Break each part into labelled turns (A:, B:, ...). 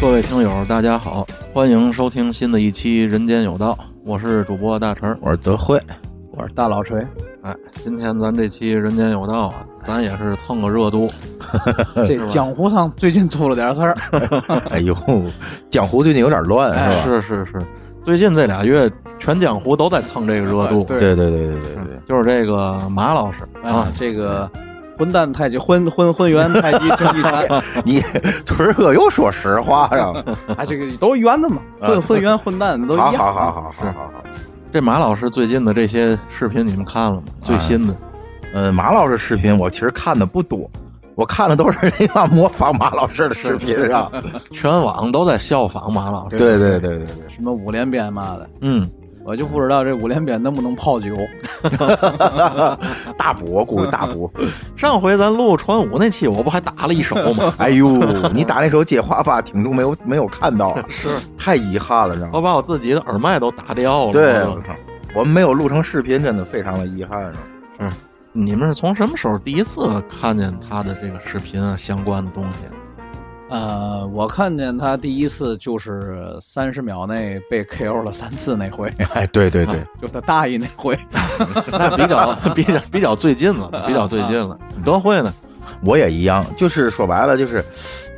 A: 各位听友，大家好，欢迎收听新的一期《人间有道》，我是主播大陈儿。
B: 我是德惠，
C: 我是大老锤，
A: 哎，今天咱这期《人间有道》啊，咱也是蹭个热度，
C: 这江湖上最近出了点事 儿，
B: 哎呦，江湖最近有点乱，
C: 哎
B: 是吧？
A: 是是是，最近这俩月全江湖都在蹭这个热度，
C: 对
B: 哎对哎对对对对对，
A: 就是这个马老师啊
C: 啊，，这个混蛋太极混混混元太极竞技拳，
B: 你屯儿哥又说实话了，
C: 啊，这个都是圆的嘛，混混元混蛋都一
B: 啊好
C: 样。
B: 好好好好好好。
A: 这马老师最近的这些视频你们看
B: 哎
A: 了吗？最新的，
B: 嗯，马老师视频我其实看的不多，我看的都是那个模仿马老师的视频啊。
A: 全网都在效仿马老师。
B: 对对对对对，
C: 什么五连鞭嘛的，
A: 嗯，
C: 我就不知道这五连鞭能不能泡酒。
B: 大补我估计大补。
A: 上回咱录传武那期，我不还打了一手
B: ？
A: 吗
B: 哎呦，你打那首《接花吧》，听众没有没有看到，
A: 是
B: 太遗憾了，知道
C: 哦
B: 吗？
A: 我把我自己的耳麦都打掉了。
B: 对，
A: 我
B: 我操，我们没有录成视频，真的非常的遗憾。
A: 你们是从什么时候第一次看见他的这个视频啊 相关的东西？
C: 呃，我看见他第一次就是三十秒内被 KO 了三次那回，
B: 哎，对对对，
C: 就他大意那回。
A: 那比较比较比较最近了，比较最近了。德惠呢？
B: 我也一样，就是说白了，就是，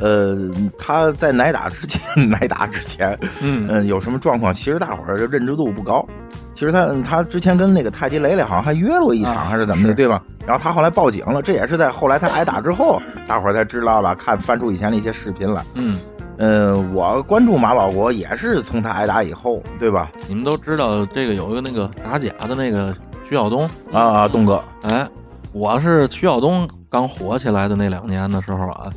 B: 呃，他在挨打之前， 挨打之前，
A: 嗯
B: 嗯，有什么状况，其实大伙儿认知度不高。其实他他之前跟那个太极蕾蕾好像还约过一场，
C: 啊
B: 还是怎么的，
A: 是
B: 对吧？然后他后来报警了，这也是在后来他挨打之后， 大伙儿才知道了，看翻出以前的一些视频来。
A: 嗯，
B: 嗯，我关注马保国也是从他挨打以后，对吧？
A: 你们都知道这个有一个那个打假的那个徐晓东，
B: 啊，东哥，
A: 哎，我是徐晓东刚火起来的那两年的时候啊，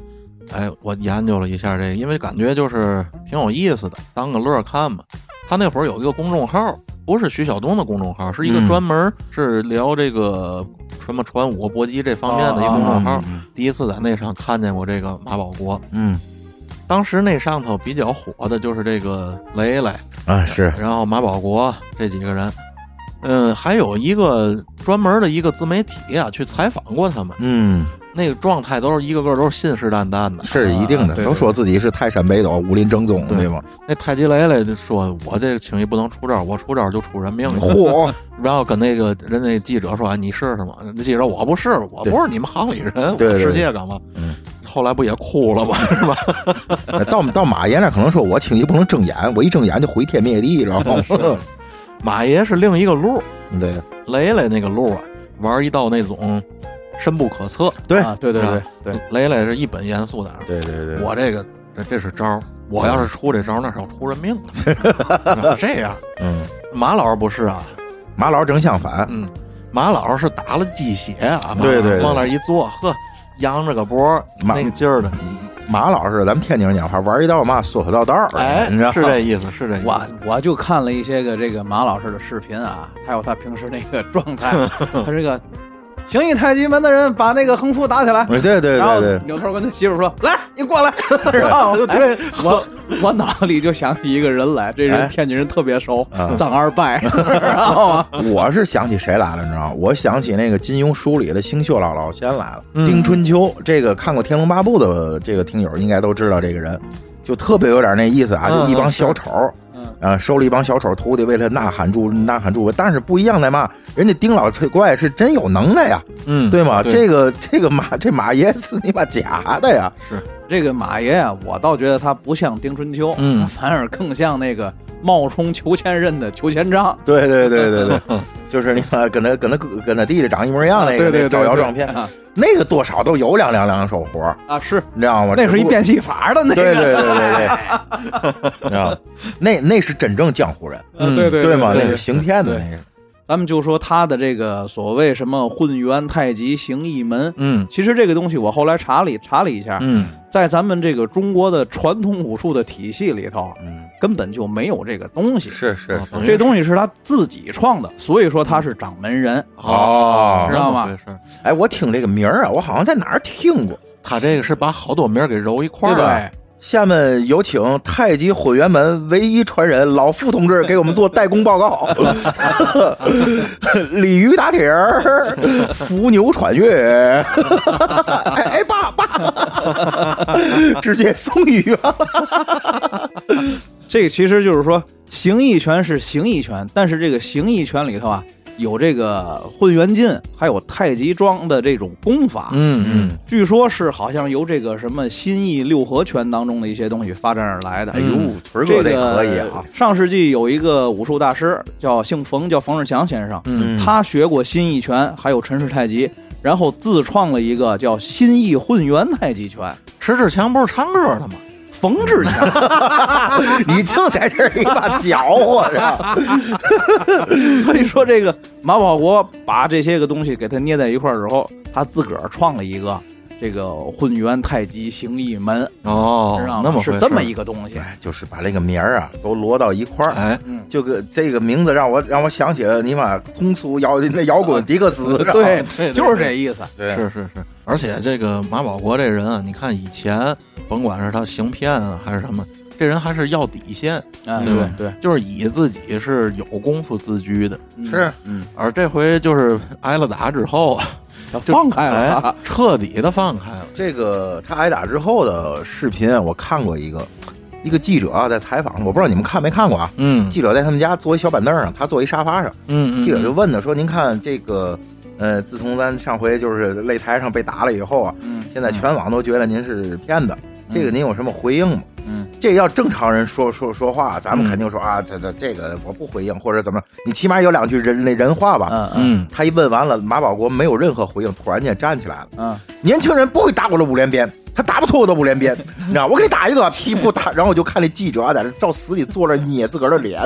A: 哎，我研究了一下这个，因为感觉就是挺有意思的，当个乐儿看嘛。他那会儿有一个公众号，不是徐晓东的公众号，是一个
B: 嗯
A: 专门儿是聊这个什么传武、搏击这方面的一个公众号。
B: 嗯嗯
A: 第一次在那上看见过这个马保国，
B: 嗯
A: 当时那上头比较火的就是这个雷雷，
B: 啊是，
A: 然后马保国这几个人，嗯，还有一个专门的一个自媒体啊，去采访过他们，
B: 嗯，
A: 那个状态都是一个个都是信誓旦旦的。
B: 是一定
C: 啊
B: 的，
C: 对
B: 都说自己是泰山北斗、武林正宗，
A: 对
B: 对吗？
A: 那太极雷雷就说：“我这个轻易不能出招，我出招就出人命。”
B: 嚯，
A: 然后跟那个人那记者说：“啊，你试试嘛。”那记者：“我不是，我
B: 对
A: 不是你们行里人，
B: 对
A: 我
B: 对
A: 世界干嘛？”
B: 嗯
A: 后来不也哭了吗？ 是吧？
B: 呃到到马爷那可能说，我轻易不能睁眼，我一睁眼就毁天灭地， 然后
A: 马爷是另一个路，
B: 对
A: 雷雷那个路啊，玩一道那种深不可测。
B: 对
C: 啊，对对对对，
A: 雷雷是一本严肃的，
B: 对对对
A: 我这个这这是招儿，我要是出这招儿，那是要出人命 的。是吧这样，
B: 嗯，
A: 马老师不是啊，
B: 马老正相反，
A: 嗯，马老师是打了鸡血啊，
B: 对对对
A: 往那儿一坐，呵，扬着个脖儿，
B: 马
A: 那个劲儿的，
B: 马老是咱们天津人讲话，玩一道嘛，说说道道儿，
A: 哎
B: 你知道，吗
A: 是这意思，是这意思。
C: 我我就看了一些个这个马老师的视频啊，还有他平时那个状 态，他这个行以太极门的人把那个横幅打起来，
B: 对对对
C: 然后
B: 对，
C: 扭头跟他媳妇说：“来，你过 来。”然后我
A: 对
C: 我我脑子里就想起一个人来，这
B: 哎
C: 人天津人特别熟
B: 啊，
C: 张二 拜，知道吗？
B: 我是想起谁来了，你知道吗？我想起那个金庸书里的星宿老老仙来了，
A: 嗯
B: 丁春秋。这个看过《天龙八部》的这个听友应该都知道这个人，就特别有点那意思啊，
A: 嗯
B: 就一帮小丑，
C: 嗯
B: 啊、收了一帮小丑徒弟，为他呐喊助呐喊助威。但是不一样在嘛，人家丁老这怪是真有能耐呀，
A: 嗯，
B: 对吗？
A: 对
B: 这个这个马这马爷是你妈假的呀，
C: 这个马爷啊，我倒觉得他不像丁春秋，
A: 嗯
C: 他反而更像那个冒充裘千仞的裘千丈。
B: 对对对对 对，就是你妈跟他跟他跟他弟弟长一模一样那个
C: 对对对
B: 招摇撞
C: 对
B: 骗，
C: 啊
B: 那个多少都有两两两手活儿，
C: 啊，是
B: 你知道吗？
C: 那
B: 只
C: 是
B: 不
C: 一
B: 过
C: 变戏法的那
B: 对
C: 个，啊
B: 对对 对对，啊，那那是真正江湖人，
C: 嗯对对
B: 对吗？那
C: 对
B: 是行骗的，
C: 对
B: 那是
C: 咱们就说他的这个所谓什么混元太极形意门，
A: 嗯
C: 其实这个东西我后来查了一查了一下，
A: 嗯，
C: 在咱们这个中国的传统武术的体系里头，
B: 嗯，
C: 根本就没有这个东西。
B: 是是
A: 哦等于
C: 这东西是他自己创的，所以说他是掌门人。
B: 哦
A: 知
C: 知道
A: 道
C: 吗
A: 吗？是，
B: 啊哎，我听这个名儿啊，我好像在哪儿听过，
A: 他这个是把好多名儿给揉一块
C: 对
A: 儿
C: 不
A: 了，
C: 对？
B: 下面有请太极混元门唯一传人老傅同志给我们做代工报告。 鲤鱼打挺儿，伏牛穿越。 哎哎，爸爸，直接送医院了。
C: 这其实就是说，形意拳是形意拳，但是这个形意拳里头啊，有这个混元劲，还有太极桩的这种功法。
A: 嗯嗯，
C: 据说是好像由这个什么新意六合拳当中的一些东西发展而来的。哎
B: 呦屯儿
C: 这个
B: 哥这可以啊！
C: 上世纪有一个武术大师叫姓冯，叫冯世强先生，
A: 嗯
C: 他学过新意拳，还有陈氏太极，然后自创了一个叫新意混元太极拳。
A: 迟志强不是唱歌的吗？
C: 冯志 强，
B: 你就在这里把搅和着。
C: 所以说这个马保国把这些个东西给他捏在一块儿之后，他自个儿创了一个这个混元太极形意门，
A: 哦
C: 知道，
A: 那
C: 吗？
A: 么
C: 是这么一
A: 个，
C: 个东西。
B: 哎，就是把这个名儿啊都摞到一块儿。嗯
A: 哎，
B: 就个这个名字让我让我想起了你妈通俗摇那摇滚迪克 斯，知道吗
C: 对
A: 对对
C: 就是这意思。
B: 对
A: 是是是，而且这个马保国这人啊，你看以前甭管是他行骗啊还是什么，这人还是要底线，
C: 嗯，
A: 对吧
C: 对对，
A: 就是以自己是有功夫自居的。
C: 嗯
B: 是
C: 嗯，
A: 而这回就是挨了打之后，啊
C: 他
A: 就
C: 放开了
A: 哎
C: 啊，
A: 彻底的放开了。
B: 这个他挨打之后的视频，啊我看过一个，一个记者啊在采访，我不知道你们看没看过啊？
A: 嗯
B: 记者在他们家坐一小板凳上，他坐一沙发上，
A: 嗯，嗯
B: 记者就问他说：“您看这个，呃，自从咱上回就是擂台上被打了以后啊，
C: 嗯
B: 现在全网都觉得您是骗子，这个您有什么回应吗？”
C: 嗯，
B: 这要正常人说说说话，咱们
A: 嗯
B: 肯定说啊，这这这个我不回应或者怎么着，你起码有两句人那人话吧。
C: 嗯嗯
A: 嗯
B: 他一问完了，马保国没有任何回应，突然间站起来了。
C: 嗯，
B: 年轻人不会打我的五连鞭，他打不出我的五连鞭，你知道？我给你打一个，皮噗打，然后我就看那记者啊在那照死里坐着 捏自个儿的脸，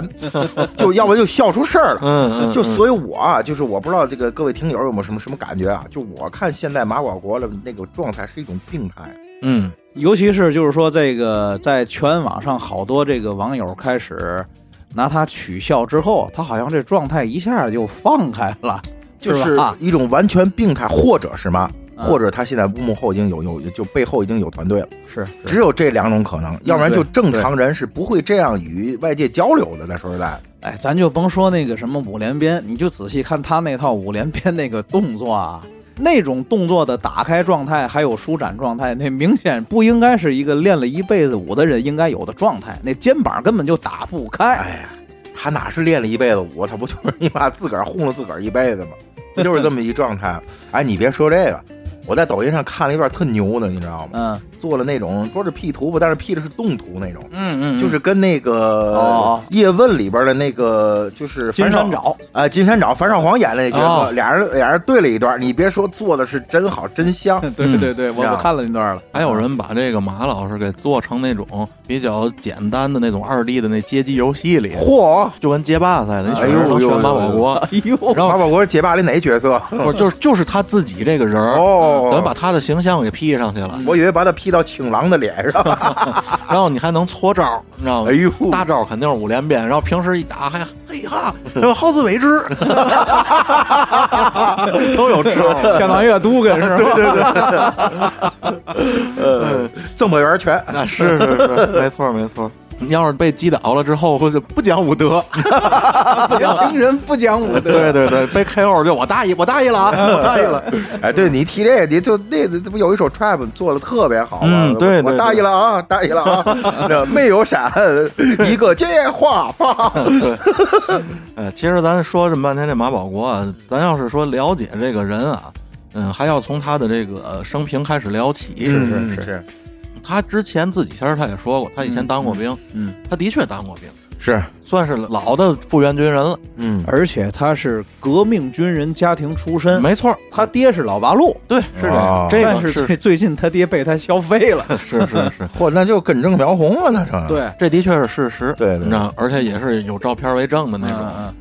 B: 就要不就笑出声儿了。
A: 嗯嗯，
B: 就
A: 嗯
B: 所以，我啊，就是我不知道这个各位听友有没有什么什么感觉啊？就我看现在马保国的那个状态是一种病态，
A: 嗯
C: 尤其是就是说这个在全网上好多这个网友开始拿他取笑之后，他好像这状态一下就放开 了，
B: 就是
C: 吧？啊
B: 一种完全病态，或者是嘛，
C: 嗯
B: 或者他现在幕后已经有有就背后已经有团队了，
C: 是
B: 只有这两种可能，要不然就正常人是不会这样与外界交流的。那说实在，
C: 哎，咱就甭说那个什么五连鞭，你就仔细看他那套五连鞭那个动作啊，那种动作的打开状态还有舒展状态，那明显不应该是一个练了一辈子武的人应该有的状态，那肩膀根本就打不开。
B: 哎呀，他哪是练了一辈子武，他不就是你妈自个儿糊弄自个儿一辈子吗？不就是这么一状态？哎，你别说这个，我在抖音上看了一段特牛的，你知道吗？
C: 嗯
B: 做了那种说是 P 图吧，但是 P 的是动图那种，
C: 嗯嗯，
B: 就是跟那个
C: 哦
B: 《叶问》里边的那个就是
C: 金
B: 樊
C: 山
B: 少
C: 爪，
B: 啊，金山找樊少皇演的那角色，
C: 哦
B: 俩人俩人对了一段，你别说做的是真好真香，
A: 嗯
C: 对对对，我
B: 是啊
C: 我看了那段了。
A: 还有人把这个马老师给做成那种比较简单的那种二 D 的那街机游戏里，
B: 嚯！
A: 就跟街霸似的，你
B: 哎
A: 选
B: 呦
A: 人能选
B: 呦
A: 马
B: 呦
A: 保
B: 呦
A: 国，
C: 哎呦，
A: 然后
B: 马保国是街霸里哪一角色？
A: 不是就是就是他自己这个人 儿，
B: 哦
A: 等于把他的形象给 P 上去了，
B: 我以为把他 P 到青狼的脸上。
A: 然后你还能搓招，你知道吗？
B: 哎呦
A: 大招肯定是五连鞭，然后平时一打还嘿 哈，然后好自为之， 都有招 儿。
C: 相当于都跟是吧？哎对对对，
B: 呃，郑柏元拳，
A: 那啊是是是，没错没错。你要是被击倒了之后，会就不讲武德。
C: 年轻人不讲武 德。
A: 对对对，被 KO 就我大意，我大意了啊， 我大意了。
B: 哎，对你提这个，你就那这不有一首 trap 做的特别好吗？
A: 嗯
B: 我
A: 对对
B: 我大意了啊，大意了 啊，这没有闪，一个接话发，
A: 呃，其实咱说这么半天这马保国啊，咱要是说了解这个人啊，嗯，还要从他的这个呃生平开始聊起。
B: 是
A: 嗯
B: 是是
A: 他之前自己其实他也说过，他以前当过兵，
C: 嗯
A: 他的确当过兵，
B: 是，
A: 算是老的复员军人了。
B: 嗯，
C: 而且他是革命军人家庭出
A: 嗯
C: 身，
A: 没错儿，
C: 他爹是老八路，
A: 对，是这
B: 哦
A: 样。这
C: 但
A: 个
C: 是
A: 是
C: 最最近他爹被他消费了。
A: 是是是，
B: 嚯，那就根正苗红了，那 成，
C: 对，
A: 这的确是事实。
B: 对对对
A: 你知道，而且也是有照片为证的那
C: 嗯
A: 种。
C: 嗯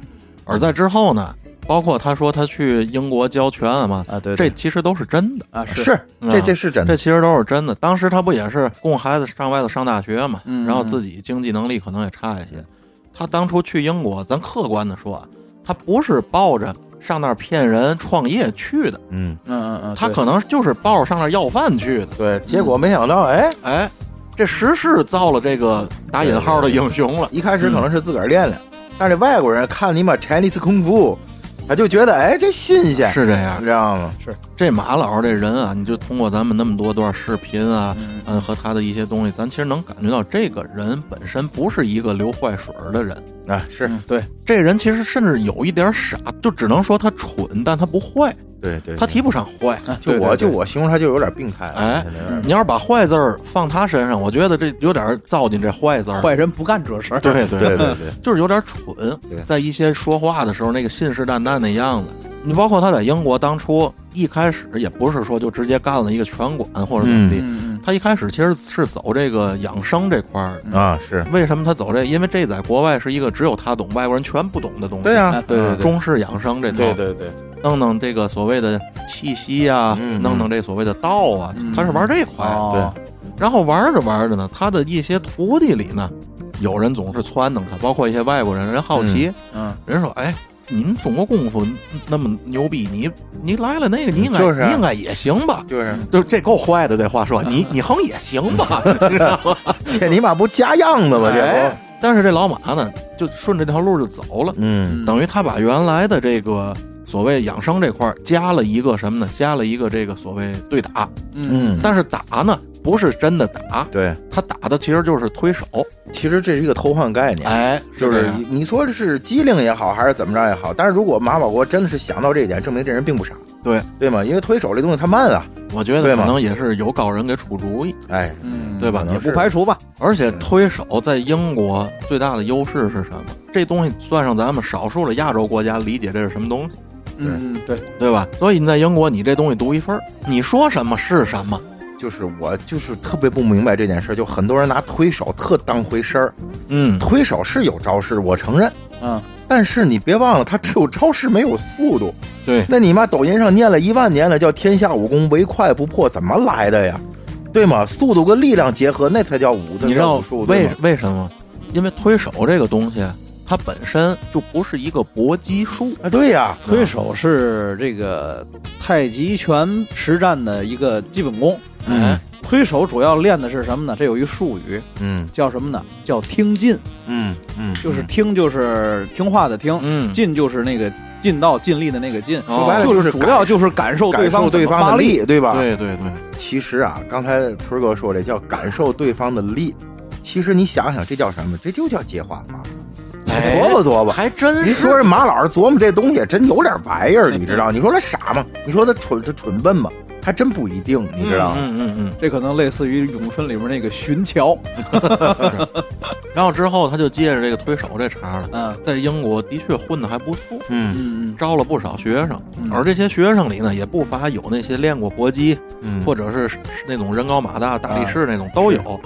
A: 而在之后呢，包括他说他去英国教拳啊嘛，
C: 啊，对，
A: 这
C: 对
A: 其实都是真的。
C: 啊是
B: 是这
A: 嗯
B: 这是真的
A: 这，其实都是真的。当时他不也是供孩子上外头上大学嘛，
C: 嗯
A: 然后自己经济能力可能也差一些。他当初去英国，咱客观的说啊，他不是抱着上那儿骗人创业去的，
B: 嗯，
C: 嗯嗯嗯，
A: 他
C: 对
A: 可能就是抱着上那儿要饭去的。
B: 对，结果没想到，哎，
A: 哎，这时势造了这个打引号的英雄了。
B: 一开始可能是自个儿练练，但是外国人看你妈 Chinese 空腹，他就觉得哎这新鲜，
A: 是这样
B: 你，知道吗？
A: 这马老师这人啊，你就通过咱们那么多段视频啊，
C: 嗯
A: 嗯，和他的一些东西，咱其实能感觉到这个人本身不是一个流坏水儿的人。
B: 啊，是
C: 嗯对，
A: 这人其实甚至有一点傻，就只能说他蠢，但他不坏，
B: 对对
A: 他提不上坏。
B: 就
C: 啊对
B: 我
C: 对
B: 就
C: 对
B: 我形容他就有点病态，
A: 哎
B: 真是有点
A: 你要是把坏字儿放他身上，我觉得这有点糟践这坏字儿。
C: 坏人不干这事儿，
A: 对对
B: 对对对，
A: 就是有点蠢
B: 对，
A: 在一些说话的时候那个信誓旦旦那样子。你包括他在英国当初一开始也不是说就直接干了一个拳馆或者怎么地，
C: 嗯
A: 他一开始其实是走这个养生这块儿的。
B: 啊是，
A: 为什么他走这？因为这在国外是一个只有他懂，外国人全不懂的东西。
B: 对
C: 啊
B: 啊，
C: 对对对
A: 中式养生这套，
B: 对对对，
A: 弄弄这个所谓的气息啊，
B: 嗯
A: 弄弄这所谓的道啊，
C: 嗯
A: 他是玩这块。
C: 哦
A: 然后玩着玩着呢，他的一些徒弟里呢，有人总是撺掇他，包括一些外国人，人好奇，
C: 嗯
A: 人说：“哎，您中国功夫那么牛逼，你你来了那个，你应该、
B: 就是啊
A: 你应该也行吧？嗯
B: 就是
A: 就这够坏的，这话说，你你横也行吧？你知道吗？
B: 这尼玛不加样子吗？这
A: 哎 但是这老马呢，就顺着这条路就走了
B: 不，，嗯
C: 嗯
A: 等于他把原来的这个所谓养生这块儿加了一个什么呢？加了一个这个所谓对打，
C: 嗯
A: 但是打呢不是真的打，
B: 对，
A: 他打的其实就是推手，
B: 其实这是一个偷换概念，
A: 哎，
B: 就
A: 这
B: 是
A: 样
B: 你说是机灵也好，还是怎么着也好，但是如果马保国真的是想到这一点，证明这人并不傻，
A: 对
B: 对吗？因为推手这东西他慢啊，
A: 我觉
B: 对
A: 得
B: 吗
A: 可能也是有高人给出主意，
B: 哎，
C: 嗯
A: 对吧
B: 可？能
A: 你
B: 是
C: 不排除吧，
A: 而且推手在英国最大的优势是什么？这东西算上咱们少数的亚洲国家理解这是什么东西，
C: 嗯嗯对，
A: 对吧？所以你在英国，你这东西独一份儿，你说什么是什么。
B: 就是我就是特别不明白这件事儿，就很多人拿推手特当回事儿，
A: 嗯，
B: 推手是有招式，我承认。
C: 嗯
B: 但是你别忘了，他只有招式没有速度。
A: 对，
B: 那你妈抖音上念了一万年了，叫“天下武功，唯快不破”，怎么来的呀？对吗？速度跟力量结合，那才叫武，
A: 你
B: 那才
A: 知
B: 叫
A: 道
B: 武术，对
A: 为
B: 吗？
A: 为什么？因为推手这个东西，它本身就不是一个搏击术，
B: 啊，对呀、
C: 推手是这个太极拳实战的一个基本功。
B: 嗯
A: 哎，
C: 推手主要练的是什么呢？这有一术语
B: 嗯
C: 叫什么呢？叫听进，
B: 嗯嗯，
C: 就是听就是听话的听，
A: 嗯，
C: 进就是那个尽到尽力的那个尽。
A: 哦
B: 说白了
C: 就是主要就是感受
B: 感
C: 对方
B: 受
C: 怎么
B: 对方
C: 发
B: 的，力，对吧？
A: 对对对，
B: 其实啊，刚才屯儿哥说这叫感受对方的力，其实你想想，这叫什么？这就叫接话法。你
A: 哎
B: 琢磨琢磨，
A: 还真
B: 你
A: 是
B: 说这马老师琢磨这东西真有点玩意儿，
A: 哎
B: 你知道？你说他傻吗？你说他蠢，他蠢笨吗？还真不一定，你知道？吗？
A: 嗯嗯嗯
C: 这可能类似于《咏春》里面那个寻桥。
A: 嗯。 然后之后他就接着这个推手这茬儿了，
C: 嗯
A: 在英国的确混的还不错，
B: 嗯
C: 嗯
A: 招了不少学生，而这些学生里呢，也不乏有那些练过搏击，
B: 嗯
A: 或者是是那种人高马大、大力士那种都有。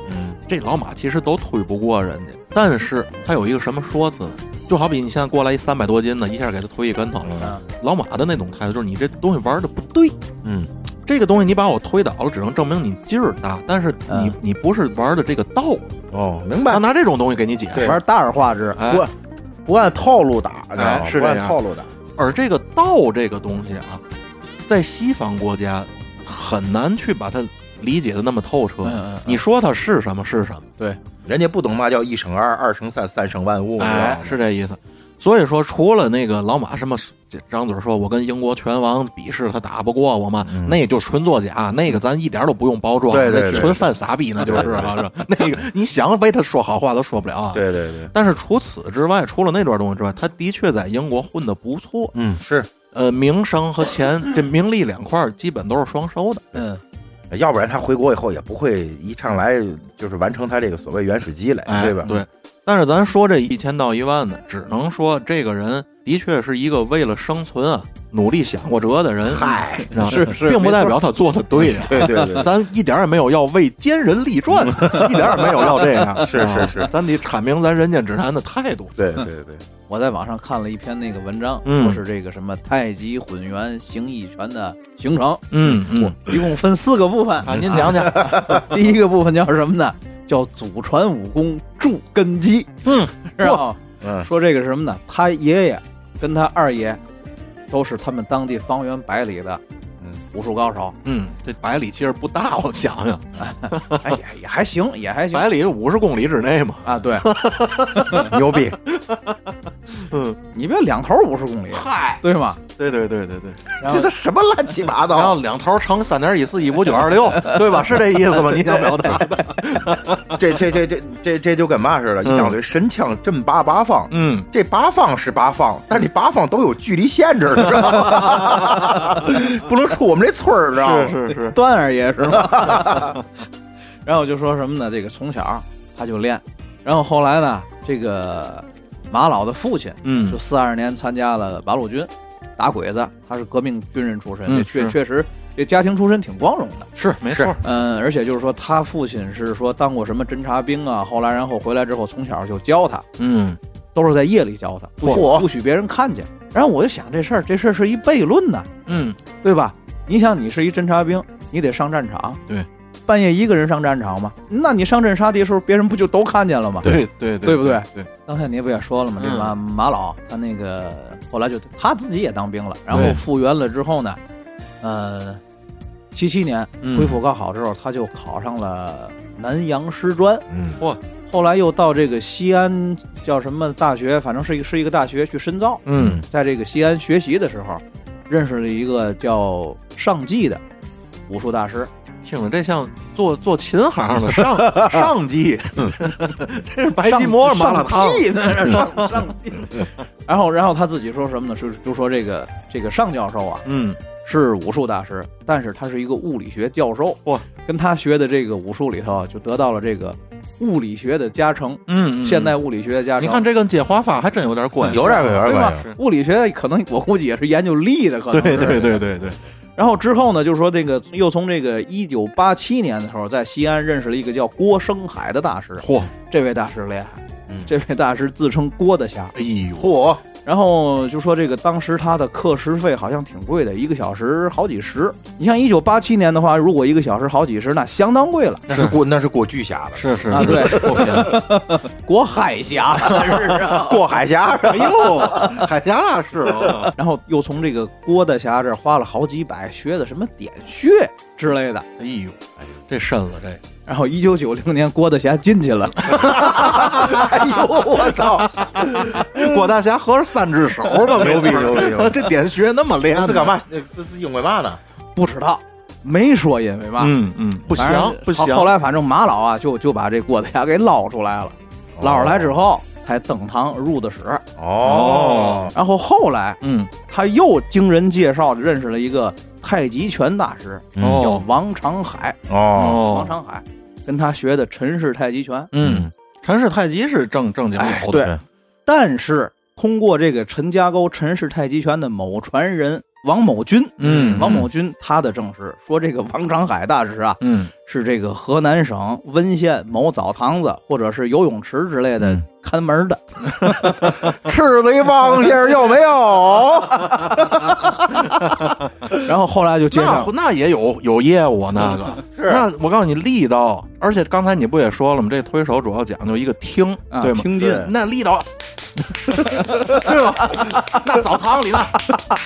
A: 这老马其实都推不过人家，但是他有一个什么说辞呢？就好比你现在过来一三百多斤的，一下给他推一跟头，
C: 嗯
A: 老马的那种态度就是你这东西玩的不对，
B: 嗯
A: 这个东西你把我推倒了，只能证明你劲儿大，但是你、
C: 嗯
A: 你不是玩的这个道，
B: 哦，明白
A: 他。拿这种东西给你解
C: 嗯，
A: 释，
C: 玩大而化之。
A: 啊哎
B: 不不按套路打，你知道吗
A: 是
B: 不
A: 这
B: 按
A: 样
B: 套路打。
A: 而这个道这个东西啊，在西方国家很难去把它理解的那么透彻。啊
C: 嗯嗯嗯
A: 你说它是什么是什么，
B: 人家不懂嘛，叫一乘二，二乘三，三乘万物，你知道
A: 哎
B: 吗，
A: 是这意思。所以说，除了那个老马什么这张嘴说，我跟英国拳王比试，他打不过我嘛，那也就纯作假，那个咱一点都不用包装，
B: 嗯对对
A: 那
B: 对
A: 纯犯傻逼那就是了，是吧那个你想为他说好话都说不了啊。
B: 对对对，
A: 但是除此之外，除了那段东西之外，他的确在英国混的不错，
B: 嗯，是，
A: 呃，名声和钱这名利两块儿基本都是双收的。
C: 嗯，
B: 要不然他回国以后也不会一上来就是完成他这个所谓原始积累，
A: 哎，
B: 对吧？
A: 对。但是咱说这一千到一万的，只能说这个人的确是一个为了生存啊努力想过辙的人。
D: 哎
B: 嗨，
A: 你知道吗
C: 是是
A: 并不
C: 没错
A: 代表他做的对呀、
B: 对对 对，
A: 咱一点儿也没有要为奸人立传，一点儿也没有要这样。
B: 是是是
A: 啊咱得阐明咱人间指南的态度。
B: 对对对，
C: 我在网上看了一篇那个文章，
A: 嗯
C: 说是这个什么太极混元形意拳的形成，
A: 嗯嗯，
C: 一共分四个部分
A: 啊，您讲讲。
C: 第一个部分叫什么呢？叫祖传武功铸根基。
A: 嗯，
C: 是吧？
B: 嗯
C: 说这个是什么呢？他爷爷跟他二爷都是他们当地方圆百里的
B: 嗯
C: 武术高手。
A: 嗯，这百里其实不大，我想想，
C: 哎，也也还行，也还行
A: 百里五十公里之内嘛。
C: 啊。对，
D: 牛 逼，
C: 嗯你别两头五十公里，
A: 嗨，
C: 对吗？
A: 对对对对对，
C: 然后
D: 这都什么乱七八
A: 然
D: 糟？
A: 后两头乘三点一四一五九二六，对吧？是这意思吧？你想表达的？
D: 这这这这这这就跟嘛似的，一张嘴神枪震八八方。
A: 嗯，
D: 这八方是八方，但是这八方都有距离限制，知道吗？ 不能出我们这村儿，知道吗？
A: 是是是，
C: 段儿也是吧？ 然后我就说什么呢？这个从小他就练，然后后来呢，这个马老的父亲
A: 嗯
C: 就四二年参加了八路军，打鬼子，他是革命军人出身，
A: 嗯
C: 这确
A: 是
C: 确实这家庭出身挺光荣的。
A: 是没错，
C: 嗯，而且就是说，他父亲是说当过什么侦察兵啊，后来然后回来之后，从小就教他，
A: 嗯
C: 都是在夜里教他，不
D: 嚯
C: 许不许别人看见。然后我就想这事儿，这事儿是一悖论呐、
A: 嗯，
C: 对吧？你想，你是一侦察兵，你得上战场，
A: 对，
C: 半夜一个人上战场吗？那你上阵杀敌的时候，别人不就都看见了吗？
A: 对对对
C: 对不对
A: 对，
C: 刚才你不也说了吗？这
A: 嗯
C: 马马老他那个后来就他自己也当兵了，然后
A: 对
C: 复员了之后呢，呃，七七年
A: 嗯
C: 恢复高考之后，他就考上了南洋师专，
D: 嗯，
C: 后来又到这个西安叫什么大学，反正是一个是一个大学去深造，
A: 嗯
C: 在这个西安学习的时候，认识了一个叫上季的武术大师，
A: 听着这像做做琴行的 上上级，这是白
C: 上
A: 吉馍麻辣烫
C: 上，屁 呢，上上屁。然后，然后他自己说什么呢？是就说这个这个尚教授啊，
A: 嗯
C: 是武术大师，但是他是一个物理学教授。
A: 哇，
C: 跟他学的这个武术里头啊，就得到了这个物理学的加成，
A: 嗯，嗯
C: 现代物理学的加成。
A: 你看这跟接华法还真有点关系，
D: 有点有点
C: 对吧
D: 关系。？
C: 物理学可能我估计也是研究力的，可能
A: 对
C: 是
A: 对对对对，
C: 然后之后呢，就是说这个又从这个一九八七年的时候，在西安认识了一个叫郭生海的大师。
A: 嚯，
C: 这位大师厉害，
D: 嗯
C: 这位大师自称郭的侠。
A: 哎呦，
D: 嚯，
C: 然后就说这个当时他的课时费好像挺贵的，一个小时好几十。你像一九八七年的话，如果一个小时好几十，那相当贵了。
D: 那是过那是过巨侠了，
A: 是是
C: 啊对，
A: 是过偏了
C: 郭海侠是 啊。
D: 过海峡是吧
A: 哎呦，海峡大师，啊我
C: 然后又从这个郭大侠这儿花了好几百学的什么点穴之类的。
A: 哎呦，哎呦，这深了这个。
C: 然后一九九零年郭大侠进 去了，
D: 哎呦，我操！
A: 郭大侠合着三只手吧，
D: 牛 逼
A: 没错
D: 牛逼牛逼
A: 哎这点穴那么练
D: 那
A: 呢，
D: 是干嘛？那是是因为嘛呢？
C: 不知道，没说因为嘛。
A: 嗯嗯，不
C: 反正
A: 行不行
C: 后，后来反正马老啊，就就把这郭大侠给捞出来了，
A: 哦
C: 捞出来之后才登堂入的室。
D: 哦，
C: 然后后来
A: 嗯
C: 他又经人介绍认识了一个太极拳大师，
D: 嗯
C: 叫
A: 哦
C: 王长海。
D: 哦，
A: 哦
C: 王长海跟他学的陈氏太极拳，
A: 嗯，哦陈氏太极是正正经
C: 哎
A: 老
C: 对
A: 的，
C: 但是通过这个陈家沟陈氏太极拳的某传人王某军，
A: 嗯
C: 王某军他的证实说，这个王长海大师啊，
A: 嗯
C: 是这个河南省温县某澡堂子或者是游泳池之类的
A: 嗯
C: 看门 的。
D: 吃贼螃蟹有没 有？
C: 然后后来就介
A: 那
C: 绍，
A: 那也有有业务啊那 个，
D: 是
A: 那我告诉你力道，而且刚才你不也说了吗？这推手主要讲究一个听，
C: 啊
A: 对吗？
C: 听劲
A: 对那力 道，对吧？那澡堂里那，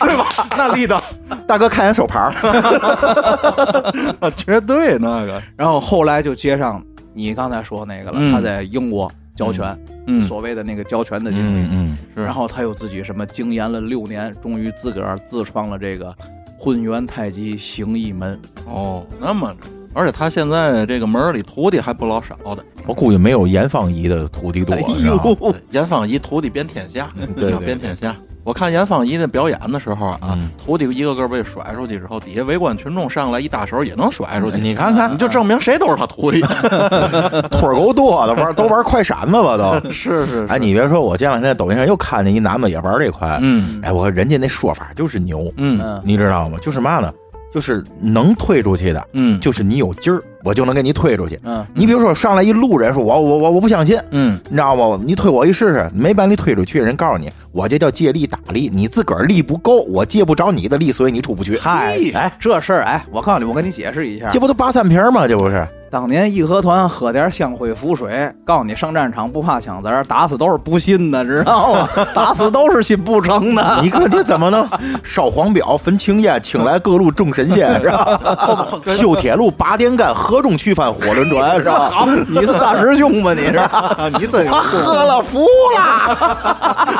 A: 对吧？那力道
D: 大哥看眼手牌儿，
A: 啊绝对那个，
C: 然后后来就接上你刚才说那个了，
A: 嗯
C: 他在英国教拳，
A: 嗯
C: 所谓的那个教拳的经历。
A: 嗯是，
C: 然后他又自己什么精研了六年，终于自个儿自创了这个混元太极形意门。
A: 哦，那么。而且他现在这个门儿里徒弟还不老少的，
D: 嗯
B: 我估计没有严方仪的徒
D: 哎
B: 弟多，你知道 吗
A: 对严方仪徒弟遍天下，
B: 嗯 对对
A: 遍天下。我看严方仪那表演的时候啊
B: 嗯，
A: 徒弟一个个被甩出去之后，底下围观群众上来一搭手也能甩
D: 哎
A: 出去，
B: 你嗯看看
A: 你就证明谁都是他徒弟。
D: 腿儿够多的，玩都玩快闪子吧都。
A: 是是，
B: 哎，你别说，我前两天在抖音上又看见一男的也玩这块，
A: 嗯
B: 哎，我说人家那说法就是牛，
A: 嗯
C: 嗯，
B: 你知道吗？就是嘛呢？就是能推出去的，
A: 嗯
B: 就是你有劲儿，我就能给你推出去。
C: 嗯，
B: 你比如说上来一路人说，我我我我不相信，
A: 嗯，
B: 你知道吗？你推我一试试，没把你推出去，人告诉你，我这叫借力打力，你自个儿力不够，我借不着你的力，所以你出不去。嗨，哎，
C: 这事儿哎，我告诉你，我跟你解释一下
B: 这，不都八三平吗？这不是？
C: 当年义和团喝点香灰符水，告诉你上战场不怕枪子儿，打死都是不信的，知道吗？ 打死都是信不成的。
B: 你可这怎么能烧黄表、焚青烟，请来各路众神仙是吧？修铁路、拔电杆、合众去翻火轮船是吧？
C: 好，你是大师兄吧？你是？
A: 啊你真有
B: 喝了服了，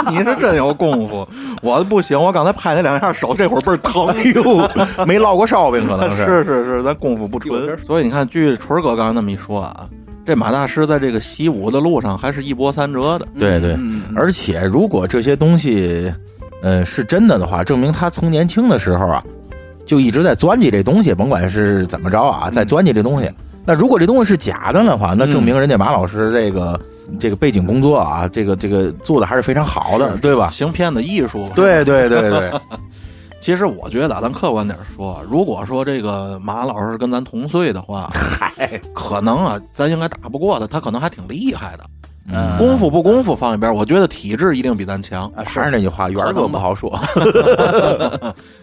A: 你是真有功夫，我不行，我刚才拍那两下手，这会儿倍儿疼。哎
B: 哟，没落过烧饼可能 是。
A: 是是是，咱功夫不
C: 一会儿
A: 纯。所以你看，据纯哥刚才那么一说啊，这马大师在这个习武的路上还是一波三折的。
B: 对对，
C: 嗯
B: 而且如果这些东西，呃，是真的的话，证明他从年轻的时候啊，就一直在钻进这东西，甭管是怎么着啊，
C: 嗯
B: 在钻进这东西。那如果这东西是假的的话，那证明人家马老师这个、这个背景工作啊，这个这个做的还是非常好的，对吧？
A: 行骗的艺术，
B: 啊对对对对，
C: 啊
A: 其实我觉得啊，咱客观点说，如果说这个马老师跟咱同岁的话，嗨， 可能啊，咱应该打不过他，他可能还挺厉害的。
C: 嗯
A: 功夫不功夫放一边，我觉得体质一定比咱强，
C: 啊，
B: 还是
C: 是
B: 那句话，元儿哥
A: 能吧
B: 不好说。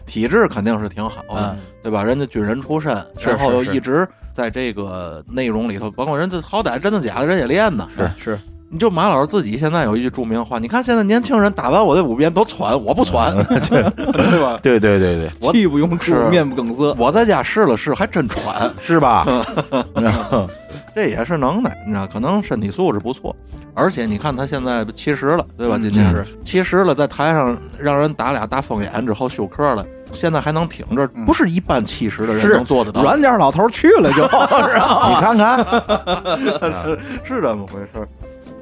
A: 体质肯定是挺好的，对吧？人家军人出身，
C: 嗯是
A: 然后又
C: 是是
A: 一直在这个内容里头，甭管人家好歹真的假的，人也练呢。
B: 是
C: 嗯是，
A: 你就马老师自己现在有一句著名话，你看现在年轻人打完我这五遍都喘，我不喘，
C: 嗯
A: 对吧？
B: 对对对对，
A: 我
C: 气不用出
A: 是，
C: 面不更色。
A: 我在家试了试，还真喘。
B: 是吧？
A: 这也是能耐，你知道，可能身体素质不错，而且你看他现在七十了，对吧？
C: 嗯
A: 今年是七十了，在台上让人打俩大风眼之后休克了，现在还能挺着，不是一般七十的人
C: 是
A: 能做得到，
C: 软点老头去了就，是吧
B: 你看看，
A: 是这么回事儿。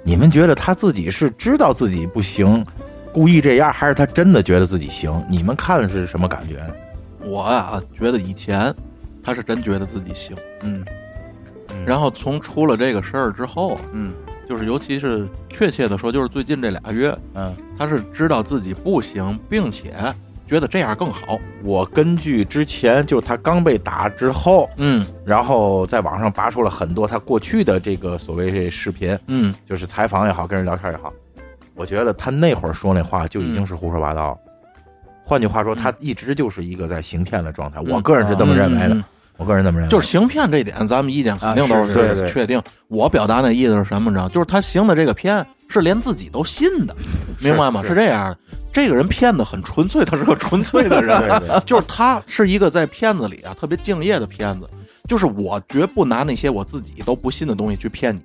B: 你们觉得他自己是知道自己不行，故意这样，还是他真的觉得自己行？你们看是什么感觉？
A: 我啊，觉得以前他是真觉得自己行，
C: 嗯
A: 然后从出了这个事儿之后啊，
C: 嗯
A: 就是尤其是确切的说，就是最近这俩月，
C: 嗯，
A: 他是知道自己不行，并且觉得这样更好。
B: 我根据之前就是他刚被打之后，
A: 嗯
B: 然后在网上扒出了很多他过去的这个所谓这视频，
A: 嗯，
B: 就是采访也好，跟人聊天也好，我觉得他那会儿说那话就已经是胡说八道了。换句话说，他一直就是一个在行骗的状态。我个人是这么认为
A: 嗯嗯
B: 的
A: 嗯，
B: 我个人这么认为，
A: 就是行骗这点，咱们意见肯定都
C: 啊是
B: 对对
A: 确定。我表达那意思是什么？你知道，就是他行的这个骗是连自己都信的，明白吗？
B: 是
A: 是这样的，这个人骗的很纯粹，他是个纯粹的人，
B: 对对对
A: 就是他是一个在骗子里啊特别敬业的骗子。就是我绝不拿那些我自己都不信的东西去骗你，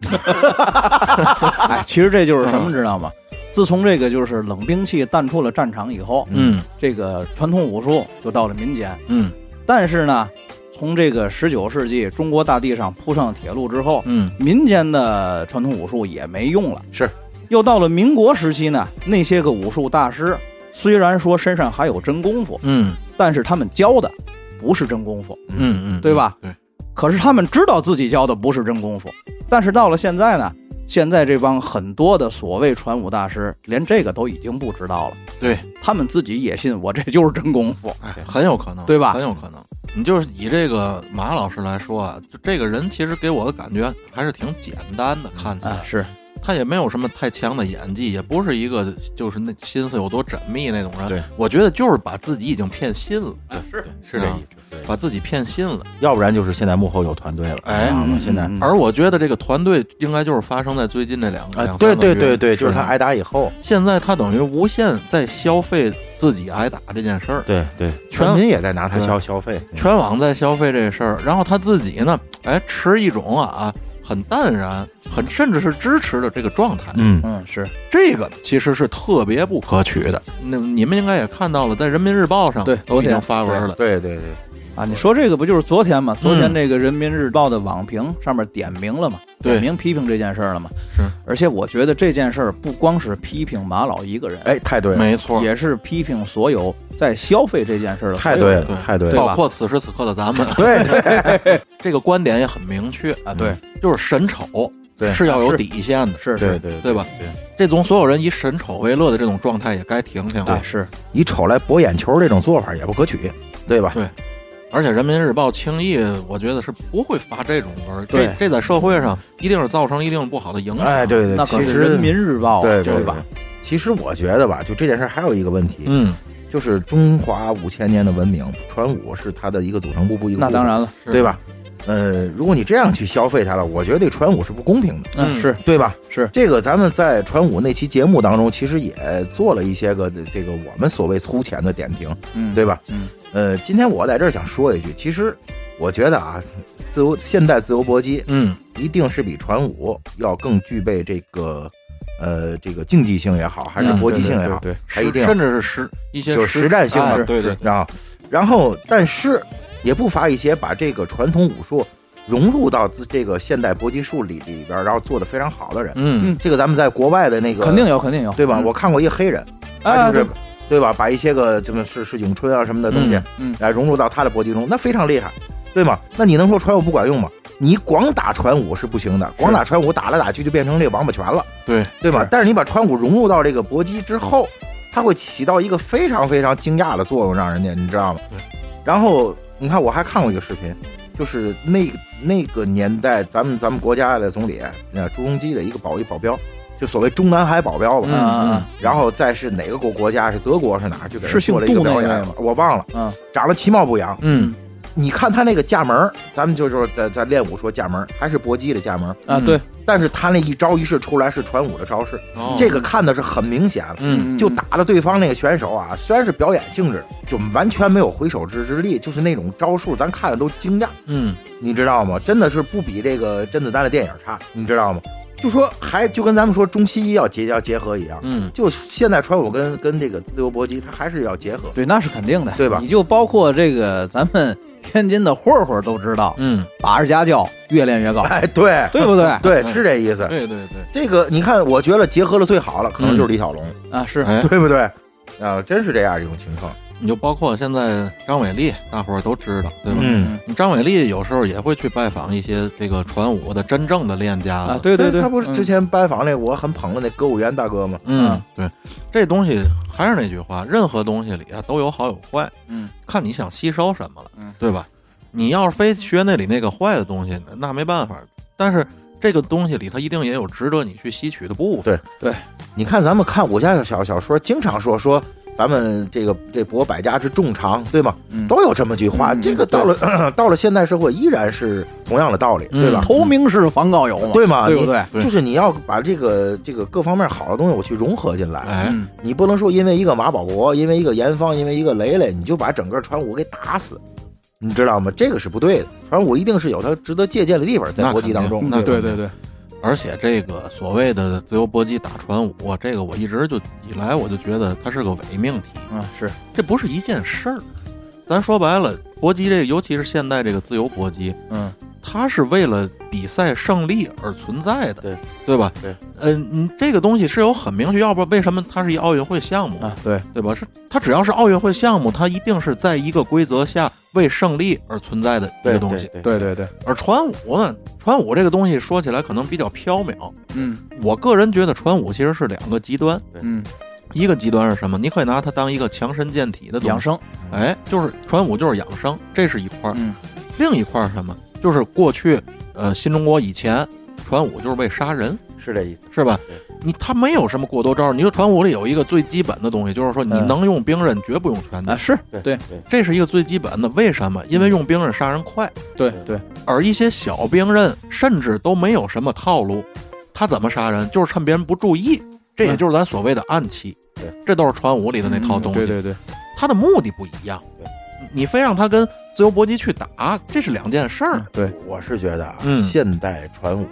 C: 哎，其实这就是什么，知道吗？自从这个就是冷兵器淡出了战场以后，
A: 嗯
C: 这个传统武术就到了民间。
A: 嗯
C: 但是呢，从这个十九世纪中国大地上铺上铁路之后，
A: 嗯
C: 民间的传统武术也没用了。
B: 是，
C: 又到了民国时期呢，那些个武术大师虽然说身上还有真功夫，
A: 嗯
C: 但是他们教的不是真功夫，
A: 嗯嗯，
C: 对吧？
A: 对，
C: 可是他们知道自己教的不是真功夫。但是到了现在呢，现在这帮很多的所谓传武大师，连这个都已经不知道了。
A: 对，
C: 他们自己也信我这就是真功夫。
A: 哎，很有可能，
C: 对吧
A: 很有可能。你就是以这个马老师来说啊，就这个人其实给我的感觉还是挺简单的，看起来
C: 啊，是
A: 他也没有什么太强的演技，也不是一个就是那心思有多缜密那种人。
B: 对，
A: 我觉得就是把自己已经骗信了，
B: 是
A: 这意
B: 思。
A: 把自己骗信了。
B: 要不然就是现在幕后有团队了，
A: 哎
B: 知道吗
C: 嗯
B: 现在
C: 嗯
A: 而我觉得这个团队应该就是发生在最近这两个
B: 啊，
A: 两三
B: 对
A: 个
B: 对
A: 月啊
B: 对对，就是他
A: 吧
B: 挨打以后，
A: 现在他等于无限在消费自己挨打这件事儿，
B: 对对，
A: 全
B: 全民也在拿他
A: 对
B: 消消费，
A: 全网在消费这事儿，然后他自己呢，哎，持一种啊很淡然、很甚至是支持的这个状态。
B: 嗯
C: 嗯是
A: 这个其实是特别不可取的。那你们应该也看到了，在人民日报上
C: 对
A: 都已
C: 昨
A: 经
C: 天
A: 发文了。
B: 对对对，
C: 啊，你说这个不就是昨天吗？昨
B: 嗯
C: 天这个《人民日报》的网评上面点名了嘛，
A: 对
C: 点名批评这件事儿了嘛。
A: 是，
C: 而且我觉得这件事儿不光是批评马老一个人，
B: 哎，太对了，
A: 没错，
C: 也是批评所有在消费这件事儿的所
B: 太
C: 有
B: 对
C: 人
B: 了，太对
C: 对
B: 了，
A: 包括此时此刻的咱们，
B: 对对
A: 这个观点也很明确，嗯
C: 啊，对，
A: 就是审丑
B: 对
A: 是要有
C: 是
A: 底线的。
C: 是
B: 对
C: 是
B: 对
A: 对吧？这种所有人以审丑为乐的这种状态也该停停
C: 啊
A: 了。
C: 是，
B: 以丑来博眼球这种做法也不可取，对吧？
A: 对而且人民日报轻易，我觉得是不会发这种文儿，
C: 对
A: 这这在社会上一定是造成一定不好的影响。
B: 哎，，对对，
C: 那可
B: 对其
C: 是
B: 实
C: 《人民日报》
B: 对
C: 对
B: 对
C: 吧？？
B: 其实我觉得吧，就这件事儿还有一个问题，
A: 嗯，
B: 就是中华五千年的文明，传武是它的一个组成部不一个
C: 那
B: 部分，
C: 当然了，
A: 是
B: 对吧？呃，如果你这样去消费它了，我觉得对传武是不公平的，
C: 嗯，
A: 嗯
C: 是
B: 对吧？
C: 是
B: 这个，咱们在传武那期节目当中，其实也做了一些个这这个我们所谓粗浅的点评，
C: 嗯
B: 对吧？
C: 嗯，
B: 呃，今天我在这儿想说一句，其实我觉得啊，自由现代自由搏击
A: 嗯
B: 一定是比传武要更具备这个呃这个竞技性也好，还是
C: 嗯
B: 搏击性也好，
C: 对对对
B: 还一定要
A: 甚至是实一些
B: 就是实战性的
A: 哎对对，对
B: 啊，然后但是也不乏一些把这个传统武术融入到自这个现代搏击术里里边儿，然后做的非常好的人。
A: 嗯
B: 这个咱们在国外的那个
C: 肯定有，肯定有，
B: 对吧？
C: 嗯
B: 我看过一个黑人，他
C: 啊
B: 就是、
C: 对
B: 对吧，把一些个什么是是咏春啊什么的东西，
C: 嗯嗯
B: 来融入到他的搏击中，那非常厉害，对吗？那你能说传武不管用吗？你光打传武是不行的，光打传武打来打去就变成这个王八拳了，
A: 对
B: 对吧
C: 是？
B: 但是你把传武融入到这个搏击之后，它会起到一个非常非常惊讶的作用，让人家你知道吗？然后你看，我还看过一个视频，就是那那个年代咱们咱们国家的总理呃朱镕基的一个保一保镖，就所谓中南海保镖吧，
A: 嗯
C: 嗯
B: 然后再是哪个国国家是德国是哪儿，就给
C: 是
B: 人
C: 姓
B: 做了一个
C: 杜那
B: 表演
C: 位吗，
B: 我忘了，
C: 嗯，
B: 长得其貌不扬。
A: 嗯
B: 你看他那个架门儿，咱们就说在在练武说架门儿，还是搏击的架门儿，
C: 啊，对，
B: 但是他那一招一式出来是传武的招式，
A: 哦
B: 这个看的是很明显了。
A: 嗯
B: 就打了对方那个选手啊，虽然是表演性质，就完全没有回手之之力，就是那种招数，咱看的都惊讶。
A: 嗯
B: 你知道吗？真的是不比这个甄子丹的电影差，你知道吗？就说还就跟咱们说中西医要结要结合一样，
A: 嗯
B: 就现代传武跟跟这个自由搏击，它还是要结合。
C: 对，那是肯定的，
B: 对吧
C: 你就包括这个咱们天津的混混都知道，
A: 嗯，
C: 把着家教越练越高，
B: 哎，对
C: 对不对？嗯
B: 对，是这意思。
A: 对对对，
B: 这个你看，我觉得结合的最好了，可能就是李小龙，
C: 啊，是，
A: 哎，
B: 对不对？啊，真是这样一种情况。
A: 你就包括现在张伟丽，大伙儿都知道，对吧？
B: 嗯，
A: 张伟丽有时候也会去拜访一些这个传武的真正的练家
C: 啊
A: 的，，
C: 对对对，
B: 他不是
C: 嗯
B: 之前拜访那个我很捧的那歌舞员大哥吗？
A: 嗯
C: 嗯，
A: 对，这东西还是那句话，任何东西里啊都有好有坏，
C: 嗯，
A: 看你想吸收什么了，
C: 嗯，
A: 对吧？你要是非学那里那个坏的东西，那没办法。但是这个东西里，它一定也有值得你去吸取的部分。
B: 你看咱们看武侠小小说，经常说说咱们这个这博百家之众长，对吗？
C: 嗯
B: 都有这么句话。
C: 嗯
B: 这个到了、 到了现代社会，依然是同样的道理，
A: 嗯
B: 对吧？
C: 头名是防告友嘛，
B: 对吗？
C: 对不对？
A: 对
B: 就是你要把这个这个各方面好的东西我去融合进来，
A: 哎，
C: 嗯
B: 你不能说因为一个马保国，因为一个严方，因为一个雷雷，你就把整个传武给打死，你知道吗？这个是不对的。传武一定是有它值得借鉴的地方，在
A: 那
B: 国际
A: 肯定
B: 当中，
A: 那
C: 嗯对
A: 肯定
C: 对对，
A: 而且这个所谓的自由搏击打传武，这个我一直就以来我就觉得它是个伪命题，
C: 嗯是，
A: 这不是一件事儿。咱说白了，搏击这个，尤其是现代这个自由搏击，
C: 嗯
A: 它是为了比赛胜利而存在的，
B: 对
A: 对吧？
B: 对，
A: 呃，你这个东西是有很明确，要不为什么它是一奥运会项目，
C: 啊对，
A: 对吧？是它只要是奥运会项目，它一定是在一个规则下为胜利而存在的一
B: 对
A: 个
B: 对
A: 东
B: 对
A: 西。
B: 对
C: 对对对，
A: 而传武呢，传武这个东西说起来可能比较缥缈，
C: 嗯
A: 我个人觉得传武其实是两个极端，
C: 嗯，
A: 一个极端是什么？你可以拿它当一个强身健体的东
C: 养
A: 西，
C: 生，
A: 哎，就是传武就是养生，这是一块儿。
C: 嗯
A: 另一块儿是什么？就是过去呃新中国以前，传武就是为杀人，
B: 是这意思。
A: 是吧
B: 对？
A: 你他没有什么过多招儿。你说传武里有一个最基本的东西，就是说你
C: 嗯
A: 能用兵刃，绝不用拳
C: 啊
A: 头，
C: 是，对
A: 这是一个最基本的。为什么？因为用兵刃杀人快，
C: 对对，
A: 而一些小兵刃甚至都没有什么套路，他怎么杀人？就是趁别人不注意，这也就是咱所谓的暗器
B: 嗯对。嗯
A: 这都是传武里的那套东西。
C: 嗯对对对，
A: 他的目的不一样
B: 对。
A: 你非让他跟自由搏击去打，这是两件事儿
C: 嗯。对，
B: 我是觉得啊，
A: 嗯
B: 现代传武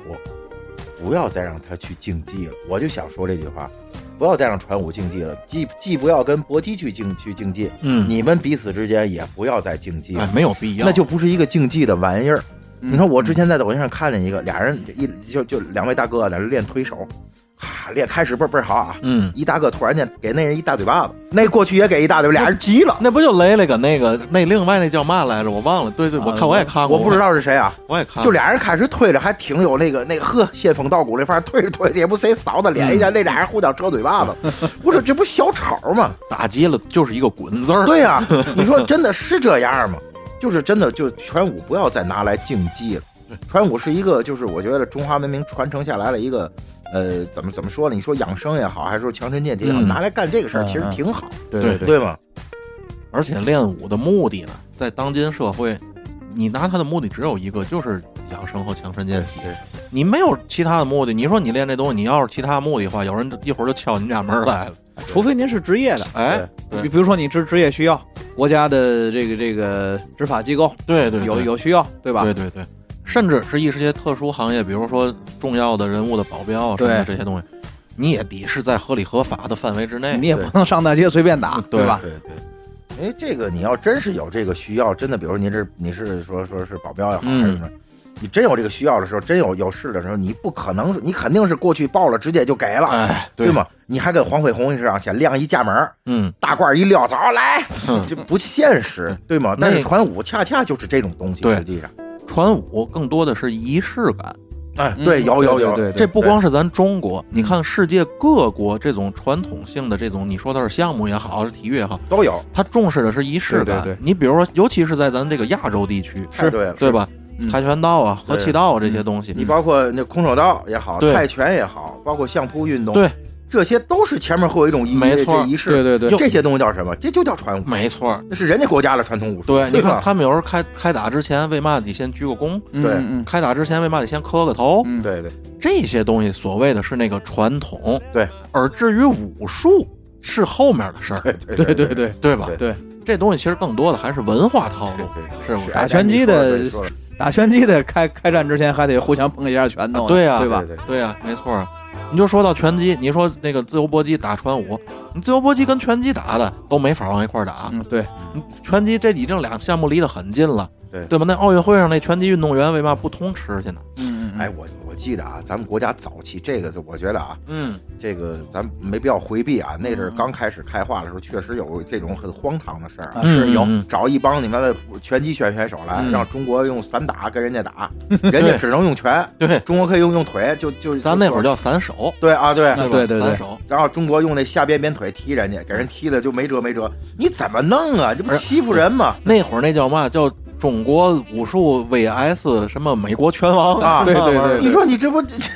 B: 不要再让他去竞技了。我就想说这句话，不要再让传武竞技了，既既不要跟搏击去竞去竞技，
A: 嗯，
B: 你们彼此之间也不要再竞技了
A: 哎，没有必要。
B: 那就不是一个竞技的玩意儿。
C: 嗯
B: 你说我之前在抖音上看见一个俩人一就就两位大哥在那练推手，啊，练开始倍儿倍儿好啊，
A: 嗯，
B: 一大哥突然间给那人一大嘴巴子，那过去也给一大嘴，巴，俩人急了。
A: 那不就雷雷跟那个那另外那叫嘛来着？我忘了。对对，
C: 啊
A: 我看我也看过，
B: 呃我不知，道是谁啊，
A: 我也看过，
B: 就俩人开始推着，还挺有那个那个呵，仙风道骨那范儿，推着推着也不谁扫他
C: 嗯
B: 脸一下，哎那俩人互相扯嘴巴 子，我说这不小丑吗？
A: 打急了就是一个滚字儿。
B: 对呀、你说真的是这样吗？就是真的，就传武不要再拿来竞技了。传武是一个，就是我觉得中华文明传承下来的一个，呃，怎么怎么说呢？你说养生也好，还是说强身健体也好，
A: 嗯
B: 拿来干这个事儿
C: 嗯
B: 其实挺好，
C: 对
A: 对
C: 对，
B: 对吗？
A: 而且练武的目的呢，在当今社会，你拿它的目的只有一个，就是养生和强身健体，你没有其他的目的。你说你练这东西，你要是其他目的的话，有人一会儿就敲你们家门来了。
C: 除非您是职业的，
A: 哎，
C: 比
A: 对
C: 比如说你职职业需要，国家的这个这个执法机构
A: 对对，
C: 有
A: 对
C: 有需要，对吧？
A: 对对对，甚至是一些特殊行业，比如说重要的人物的保镖啊什么的
C: 对
A: 这些东西，你也得是在合理合法的范围之内。
C: 你也不
B: 对
C: 能上大街随便打，
A: 对
C: 吧？
B: 对对。因为啊哎这个，你要真是有这个需要，真的，比如您这你是说说是保镖也好，
A: 嗯
B: 还是什么，你真有这个需要的时候，真有有事的时候，你不可能，你肯定是过去报了，直接就给了，
A: 哎，
B: 对？吗？你还给黄慧红市场先亮一价门儿，
A: 嗯，
B: 大褂一撂，走来，
A: 嗯
B: 这不现实，对吗？
A: 那
B: 但是传武恰恰就是这种东西，
A: 对
B: 实际上，
A: 传武更多的是仪式感，
B: 哎，
C: 嗯
B: 对，嗯有有
C: 对
B: 有，
C: 对对
A: 这不光是咱中国，你看世界各国这种传统性的这种，你说它是项目也好，是体育也好，
B: 都有，
A: 它重视的是仪式感。
C: 对对对
A: 你比如说，尤其是在咱这个亚洲地区，
B: 太对了嗯
A: 对吧？
C: 嗯
A: 跆拳道啊、合气道啊这些东西，
B: 你包括那空手道也好，
A: 对
B: 泰拳也好，包括相扑运动，
A: 对，
B: 这些都是前面会有一种仪
A: 没错
B: 这仪式，
C: 对对对
B: 这些东西叫什么？这就叫传武，
A: 没错儿。
B: 那是人家国家的传统武术，
A: 对，你看
B: 吧？
A: 他们有时候开开打之前，为嘛得先鞠个躬？
C: 嗯
B: 对
C: 嗯
A: 开打之前为嘛得先磕个头？
C: 嗯，
B: 对对，
A: 这些东西所谓的是那个传统，
B: 对。
A: 而至于武术是后面的事儿，
B: 对
C: 对
B: 对
C: 对对
A: 对吧？
B: 对
C: 对，这
A: 这东西其实更多的还是文化套
B: 对
A: 路，
B: 对
A: 是不
B: 是
A: 是？
C: 打拳击
B: 哎
C: 的
B: 你说了
C: 打拳击的开开战之前还得互相碰一下拳头呢，
A: 哦对呀
C: 啊对吧？
B: 对对
A: 对呀、没错儿。你就说到拳击，你说那个自由搏击打传武，你自由搏击跟拳击打的都没法往一块儿打，
C: 嗯，对，
A: 你拳击这已经俩项目离得很近了，
B: 对
A: 对吧？那奥运会上那拳击运动员为嘛不通吃去呢？
C: 嗯嗯嗯，
B: 哎，我我记得啊，咱们国家早期这个，我觉得啊，
A: 嗯，
B: 这个咱没必要回避啊。那阵儿刚开始开化的时候，确实有这种很荒唐的事儿啊
C: 啊是有
A: 嗯
B: 找一帮你们的拳击选选手来，
A: 嗯
B: 让中国用散打跟人家打， 人家只能用拳，
A: 对
B: 中国可以用用腿，就就
A: 咱那会儿
B: 就
A: 叫散手，
B: 对啊对，
C: 那
A: 吧
C: 对对对
A: 散手，
B: 然后中国用那下边边腿踢人家，给人踢的就没辙没辙，你怎么弄啊？这不欺负人吗？
A: 那会儿那叫嘛？叫中国武术 VS 什么美国拳王
B: 啊，
C: 对对对
B: 你说你这不这这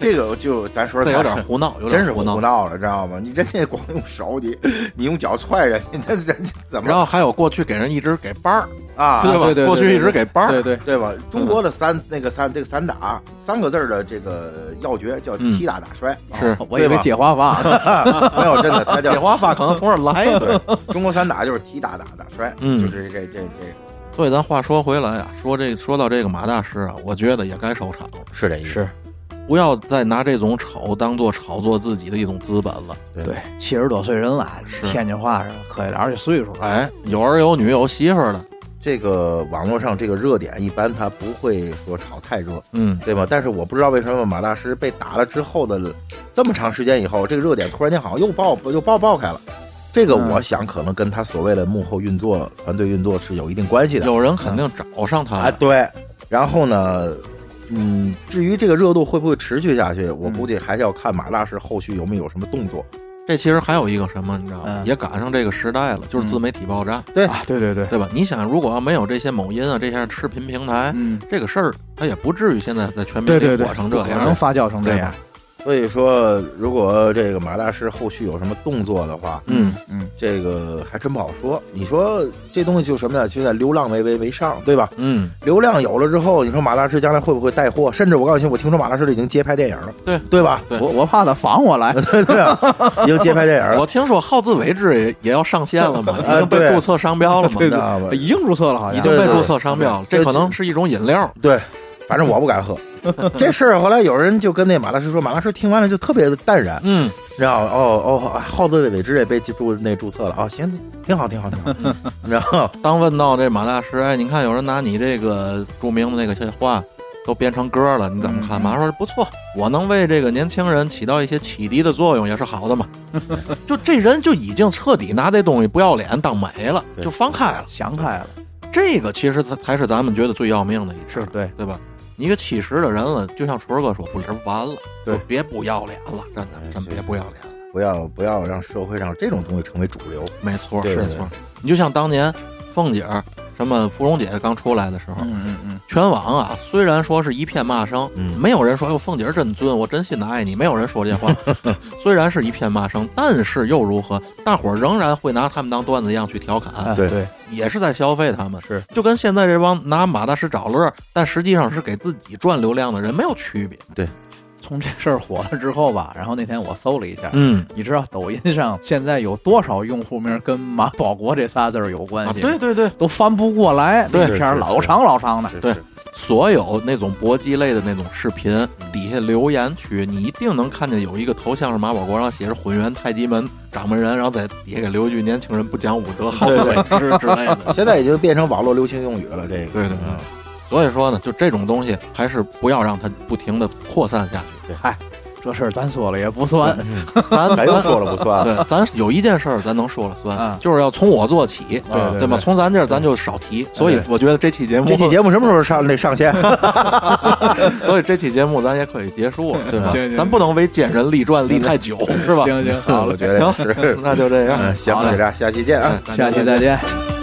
B: 这个就咱说
A: 这
B: 说
A: 有 点胡闹，有
B: 真
A: 点
B: 是胡
A: 闹。
B: 闹了，知道吗？你人家光用手，你你用脚踹人，家， 那人家怎
A: 然
B: 么
A: 后还有过去给人一直给班儿，
B: 啊？
A: 对吧
C: 对对，
A: 过去
C: 对对
A: 一直给班儿嗯
C: 对对，
B: 对吧？中国的三那个三这个散打三个字儿的这个要诀叫
A: 嗯
B: 踢打打摔，啊
A: 是
C: 我以为解花发呢，
B: 没有真的，它
A: 铁
B: 叫
A: 花发可能从这儿来的。
B: 对中国散打就是踢打打打摔，
A: 嗯
B: 就是这这这
A: 所以咱话说回来啊，说这说到这个马大师啊，我觉得也该收场了，
B: 是这意思，
C: 是
A: 不要再拿这种炒当做炒作自己的一种资本了。
C: 对，七十多岁人了，天津话是可以点儿这岁数了，
A: 哎，有儿有女有媳妇儿的，
B: 这个网络上这个热点一般它不会说炒太热，
A: 嗯，
B: 对吧？但是我不知道为什么马大师被打了之后的这么长时间以后，这个热点突然间好像又爆又爆爆开了。这个
C: 嗯
B: 我想可能跟他所谓的幕后运作、团队运作是有一定关系的。
A: 有人肯定找上他
B: 啊，
A: 了。
B: 对。然后呢，嗯，至于这个热度会不会持续下去，我估计还是要看马大师后续有没有什么动作。
A: 这其实还有一个什么，你知道吗？
C: 嗯
A: 也赶上这个时代了，就是自媒体爆炸，
C: 啊，对对对，
A: 对吧？你想，如果要没有这些某音啊这些视频平台，
C: 嗯，
A: 这个事儿它也不至于现在在全民
C: 对对
A: 里
C: 对，
A: 火成这
C: 不可能
A: 样。
C: 发酵成这样，
B: 所以说，如果这个马大师后续有什么动作的话，
A: 嗯，
C: 嗯
B: 这个还真不好说。你说这东西就什么呀？就在流量为为为上，对吧？
A: 嗯，
B: 流量有了之后，你说马大师将来会不会带货？甚至我告诉你，我听说马大师已经接拍电影了，
A: 对
B: 对吧？
A: 对
C: 我我怕他防我 来，
B: 对对啊，已经接拍电影了
A: 我，听说好自为之也也要上线了嘛，已
B: 啊
A: 经被
B: 对
A: 注册商标了 嘛，
B: 知道吧？
C: 已经注册了，好
A: 已
C: 像
A: 经
B: 对
A: 被
B: 对
A: 注册商标了。
B: 对
A: 这可能是一种饮料，
B: 对，反正我不敢喝。这事儿后来有人就跟那马大师说，马大师听完了就特别的淡然，
A: 嗯，
B: 你知道吗？哦哦，耗子伟之也被注那注册了啊、哦，行，挺好，挺好，挺 好，你知道吗？
A: 当问到这马大师，哎，你看有人拿你这个著名的那个话都编成歌了，你怎么看？马大师说不错，我能为这个年轻人起到一些启迪的作用也是好的 嘛。就这人就已经彻底拿这东西不要脸当没了，
B: 对
A: 就放开了。
C: 想开了，
A: 这个其实才才是咱们觉得最要命的一事
C: 是
A: 儿，
C: 对，
A: 对吧？你一个七十的人了，就像纯儿哥说，不是完了，
B: 对
A: 就别不要脸了，真的，真别不要脸了。
B: 不要不要让社会上这种东西成为主流，
A: 没错，
B: 对对
A: 没错。你就像当年凤姐儿什么芙蓉姐姐刚出来的时候，
C: 嗯嗯嗯，
A: 全网啊虽然说是一片骂声，
B: 嗯
A: 没有人说哟哎凤姐儿真尊，我真心的爱你，没有人说这话。虽然是一片骂声，但是又如何？大伙儿仍然会拿他们当段子一样去调侃，
C: 哎
B: 对
C: 对，
A: 也是在消费他们。
C: 是，
A: 就跟现在这帮拿马大师找乐儿，但实际上是给自己赚流量的人没有区别。
C: 从这事儿火了之后吧，然后那天我搜了一下，
A: 嗯，
C: 你知道抖音上现在有多少用户名跟马保国这仨字儿有关
A: 啊，
C: 系？
A: 对，对对，
C: 都翻不过来，那
B: 是
C: 篇儿
B: 是
C: 老
B: 是
C: 长老长的。
B: 是
A: 对 所有那种搏击类的那种视频底下留言区，你一定能看见有一个头像是马保国，然后写着混元太极门掌门人，然后在底下给留一句年轻人不讲武德，好自为之之类的。
B: 现在已经变成网络流行用语了，这个
A: 对对对
B: 嗯
A: 所以说呢，就这种东西还是不要让它不停的扩散下去。
C: 这事儿咱说了也不算，
A: 咱
B: 咱
A: 咱
B: 又说了不算，
A: 对，咱有一件事儿咱能说了算，
C: 啊
A: 就是要从我做起，
C: 对对
A: 对吧？从咱这儿咱就少提。所以我觉得这期节目，
B: 这期节目什么时候上那上线？
A: 所以这期节目咱也可以结束了，对吧？
C: 行行
A: 咱不能为奸人立传立太久，是吧？
C: 行行，好
B: 我
C: 了，
B: 觉得是，
A: 那就这样。
B: 嗯，行
C: 好，嘞
B: 就这样，下期见啊。
A: 哎
C: 下期再见。